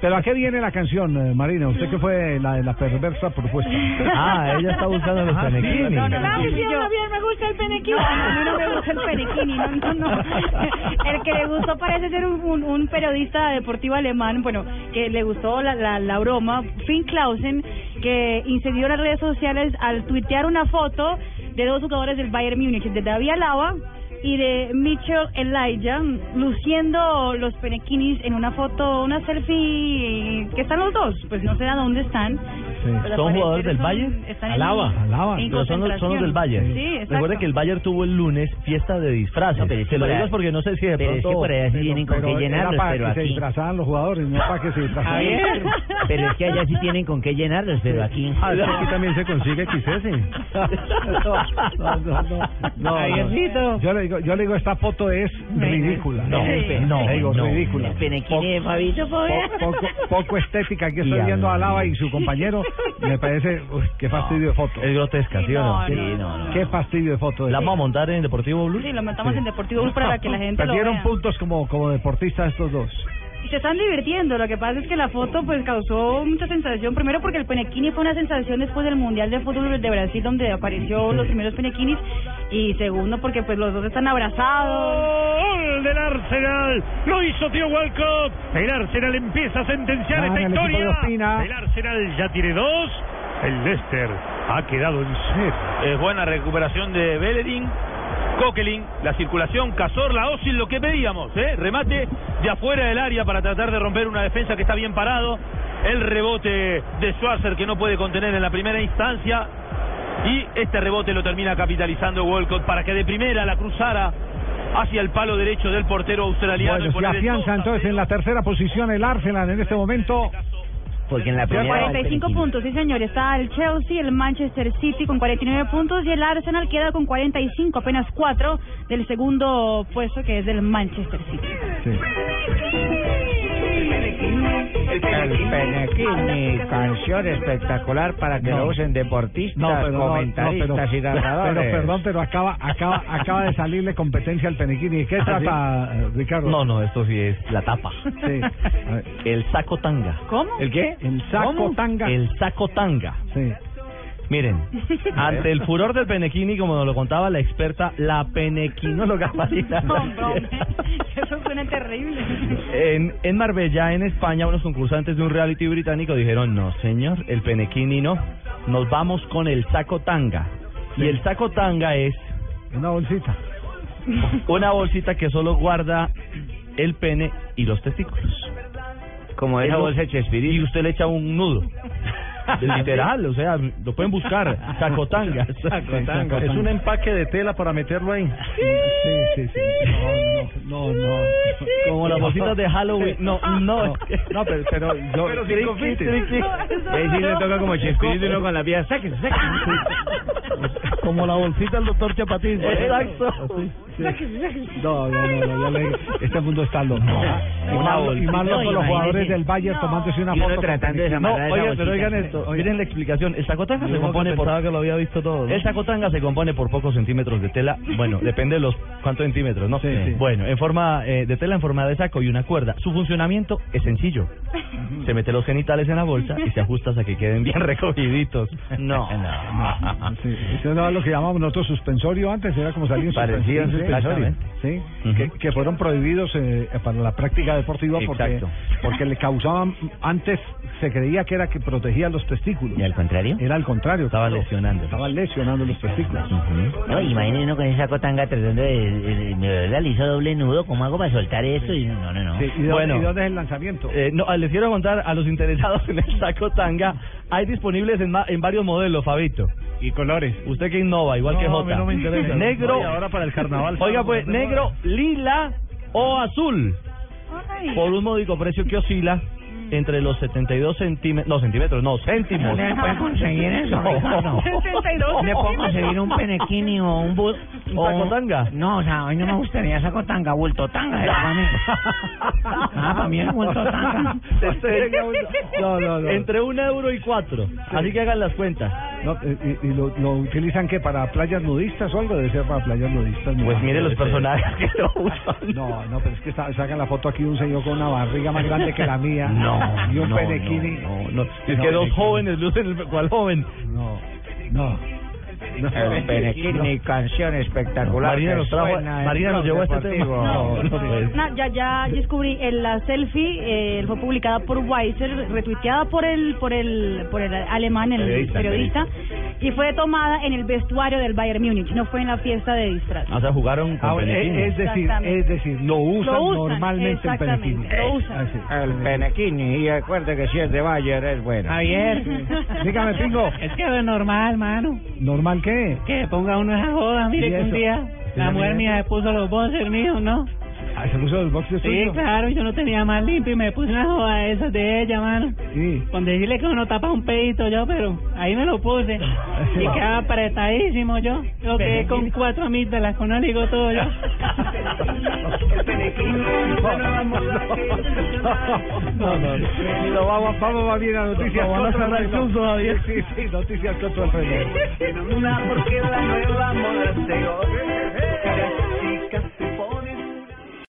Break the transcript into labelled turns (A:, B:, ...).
A: ¿Pero a qué viene la canción, eh, Marina? Usted que fue la de la perversa propuesta.
B: Ah, ella está buscando los
A: Ajá, sí,
B: penequini.
A: no, no, no.
C: Claro que sí, a Javier me gusta el penequini. A mí no me gusta el penequini, no, no, no. El que le gustó parece ser un, un, un periodista deportivo alemán, bueno, que le gustó la, la, la broma, Finn Clausen, que incendió las redes sociales al tuitear una foto de dos jugadores del Bayern Múnich, de David Alaba y de Mitchell Elijah, luciendo los penequinis en una foto, una selfie, que están los dos, pues no sé a dónde están. pero
B: ¿Son
C: al
B: jugadores
C: parecer
B: del
C: son-
B: Bayern?
C: están en-
B: Alaba,
A: Alaba.
C: en
B: Pero son los, son los del
C: concentración.
B: Bayern.
C: Sí, exacto.
B: Recuerda que el Bayern tuvo el lunes fiesta de disfraces.
D: No, pero es que
B: Te lo
D: por
B: digo
D: ahí-
B: porque no sé si de
D: pero
B: pronto...
D: es que por allá sí tienen con qué
A: Pero era
D: llenarlos,
A: para
D: pero
A: que se
D: aquí...
A: disfrazaban los jugadores, no para que se
D: A
A: disfrazaran. Ah,
D: ver, pero es que allá sí tienen con qué llenarlos, pero aquí
B: Ah,
D: en Harvard...
E: Aquí también se consigue XS.
A: No, no, no, no.
D: Javiercito.
A: Yo le digo, yo le digo, esta foto es ridícula.
B: No,
A: Sí.
B: no,
A: Le digo,
B: no.
A: ridícula.
D: El
C: Eh,
D: penequini de Fabito, pobre.
A: Po- poco, poco
B: este
A: estética. Aquí estoy
B: Y
A: viendo a
B: además-
A: Lava y su compañero. Me parece, uy, qué fastidio de foto.
B: Es grotesca,
C: Sí,
B: ¿sí o
C: no,
B: no?
C: no, no, no.
A: Qué fastidio de foto. es.
B: ¿La vamos a montar en Deportivo Blue?
C: Sí, lo matamos en Deportivo Blue para que la gente lo
A: Perdieron
C: vea.
A: puntos como, como deportistas estos dos.
C: Y se están divirtiendo, lo que pasa es que la foto pues causó mucha sensación, primero porque el penequini fue una sensación después del Mundial de Fútbol de Brasil donde apareció los primeros penequinis y segundo porque pues los dos están abrazados.
E: Gol del Arsenal. Lo hizo Tío Walcott. El Arsenal empieza a sentenciar esta
A: Gana Ah, el equipo de
E: historia.
A: Ospina.
E: El Arsenal ya tiene dos. El Leicester ha
A: Pues,
E: quedado en cero.
F: Es buena recuperación de Bellerín. Coquelin, la circulación, Cazorla, Osil, lo que pedíamos, ¿eh? remate de afuera del área para tratar de romper una defensa que está bien parado, el rebote de Schwarzer que no puede contener en la primera instancia y este rebote lo termina capitalizando Walcott para que de primera la cruzara hacia el palo derecho del portero australiano. y
A: Bueno, se
F: poner el
A: afianza
F: 2 a
A: entonces en la tercera posición el Arsenal en este momento.
D: Porque en la
C: Pero
D: primera...
C: 45 puntos, sí señor, está el Chelsea, el Manchester City con 49 puntos y el Arsenal queda con 45, apenas 4 del segundo puesto que es del Manchester City.
B: El Penequini, canción espectacular para que lo usen deportistas,
A: pero- pero perdón, pero acaba, acaba, acaba de salirle competencia al Penequini.
B: ¿Ah,
A: ¿De ¿Qué trata, eh, Ricardo?
B: No, no, esto sí es la tapa.
A: Sí. A ver.
B: El saco tanga.
C: ¿Cómo?
B: ¿El qué?
A: El saco
B: ¿Cómo?
A: tanga.
B: El saco tanga.
A: Sí.
B: Miren, ante el furor del penequini, como nos lo contaba la experta, la penequinóloga Marina
C: No, hombre,
B: García,
C: eso suena terrible.
B: En, en Marbella, en España, unos concursantes de un reality británico dijeron, no señor, el penequini no, nos vamos con el saco tanga. Y el saco tanga es
A: Una bolsita.
B: una bolsita que solo guarda el pene y los testículos.
D: Como esa
B: Eso-
D: bolsa de
B: Y
D: Chespirito.
B: usted le echa un nudo. Literal, o sea, lo pueden buscar, sacotangas.
E: Es un empaque de tela para meterlo ahí.
A: Sí, sí, sí. No, no, no. Ah. no.
B: Como las bolsitas de Halloween. No, no.
A: No, no, pero, pero yo.
E: Pero sin confite.
D: Ahí sí le toca como Chespirito y uno con la piedra. Sáquense, sáquense.
B: Como la bolsita del doctor Chapatín. Exacto.
A: No, no, no, no, ya le- este mundo está loco. Y
D: Una
A: malo- y
D: bolsita,
A: malo con los
D: imagínese.
A: jugadores del Bayern tomándose una
D: Y uno
A: foto. con
D: tratando de
A: Penequini.
B: No,
D: Amarrar esa
B: oigan, pero
D: bolsita.
B: oigan esto. Miren la explicación. El sacotanga se compone por...
E: que lo había visto todo.
B: El sacotanga se compone por pocos centímetros de tela. Bueno, depende de los cuántos centímetros, ¿no?
A: Sí, sí.
B: Bueno, en forma eh, de tela en forma de saco y una cuerda. Su funcionamiento es sencillo. Se mete los genitales en la bolsa y se ajusta hasta que queden bien recogiditos. No.
A: Ah, sí. Eso era lo que llamábamos nosotros suspensorio antes, era como salir en
B: Parecía un suspensorio.
A: Sí,
B: Ujú.
A: que, que fueron prohibidos eh, para la práctica deportiva porque,
B: Exacto.
A: porque le causaban, antes se creía que era que protegía los testículos.
D: ¿Y al contrario?
A: Era al contrario.
B: Estaba
A: claro.
B: lesionando.
A: Estaba lesionando los testículos.
D: No, imagínense uno con esa cotanga tratando de, de- de- Eh, me verdad, le hizo doble nudo, ¿cómo hago para soltar esto? Y no, no, no.
A: Sí, ¿y, dónde,
B: Bueno.
A: y dónde es el lanzamiento?
B: Eh, no, les quiero contar a los interesados en el saco tanga. Hay disponibles en, ma- en varios modelos, Fabito.
E: Y colores.
B: Usted que innova, igual
E: No,
B: que
E: a mí
B: Jota.
E: no me interesa.
B: Negro.
E: Oye, ahora para el carnaval.
B: Oiga,
E: sábado,
B: pues,
E: no te
B: negro, lila o azul.
C: Ay.
B: Por un módico precio que oscila entre los 72 centímetros. No, centímetros, no, céntimos.
D: ¿Dónde puede conseguir eso? Ricardo?
C: 62.
D: ¿Dónde puedo conseguir un penequini o un bu
B: ¿Un
D: o
B: sacotanga?
D: No, o sea, hoy no me gustaría sacotanga, bulto tanga era para mí. Ah, para mí es bulto tanga.
B: Entre-
A: No, no, no.
B: Entre un euro y cuatro. Así que hagan las cuentas.
A: No, eh, ¿Y, y lo, lo utilizan que para playas nudistas o algo? Debe ser para playas nudistas. ¿no?
B: Pues mire los personajes que lo usan.
A: No, no, pero es que sa- sacan la foto aquí de un señor con una barriga más grande que la mía.
B: No.
A: y un
B: no,
A: Penequini.
B: no, no, no.
A: No,
B: Es que dos
A: Penequini.
B: jóvenes lucen el... ¿Cuál joven?
A: No, no.
D: El Penequini, canción espectacular.
B: Marina
D: que
B: nos trajo-
D: suena
G: ¿eh?
D: en
B: Marina nos
D: Blog
B: llevó a este tema.
D: Deportivo.
B: No, no, pues.
C: No, ya, ya descubrí el, la selfie eh, fue publicada por Weiser, retuiteada por el, por el, por el alemán, el
B: Periodista,
C: periodista, y fue tomada en el vestuario del Bayern Múnich. No fue en la fiesta de disfraz.
B: O sea, jugaron con
A: Ahora,
B: Penequini.
A: Ah, es, es decir,
C: Exactamente.
A: es decir, lo usan,
C: Lo usan,
A: normalmente Ah, el
C: exactamente,
A: Penequini.
C: lo usan.
A: Así.
D: El Penequini, y acuérdate que si es de Bayer es bueno.
G: Javier.
A: Dígame, Pingo.
G: Es que es normal, mano.
A: ¿Normal qué?
G: Que ponga uno esa joda.
A: ¿Y
G: Mire que un
A: eso?
G: día
A: ¿Esa
G: la mujer
A: mierda?
G: mía se puso los boxers míos, ¿no?
A: Ah, ¿Se puso el boxeo
G: Sí,
A: suyo?
G: claro, yo no tenía más limpio y me puse una joda de esas de ella, mano.
A: Sí.
G: Con decirle que uno tapa un pedito yo, pero ahí me lo puse. Y quedaba apretadísimo yo. Yo quedé con cuatro amígdalas, con oligo todo yo.
A: No, no, no. No, vamos, vamos más bien a noticias
B: Vamos a
A: contra
B: cerrar
A: el
B: el
A: reloj.
B: show todavía.
A: Sí, sí, noticias contra el reloj.
H: Una porque la nueva moda se goza.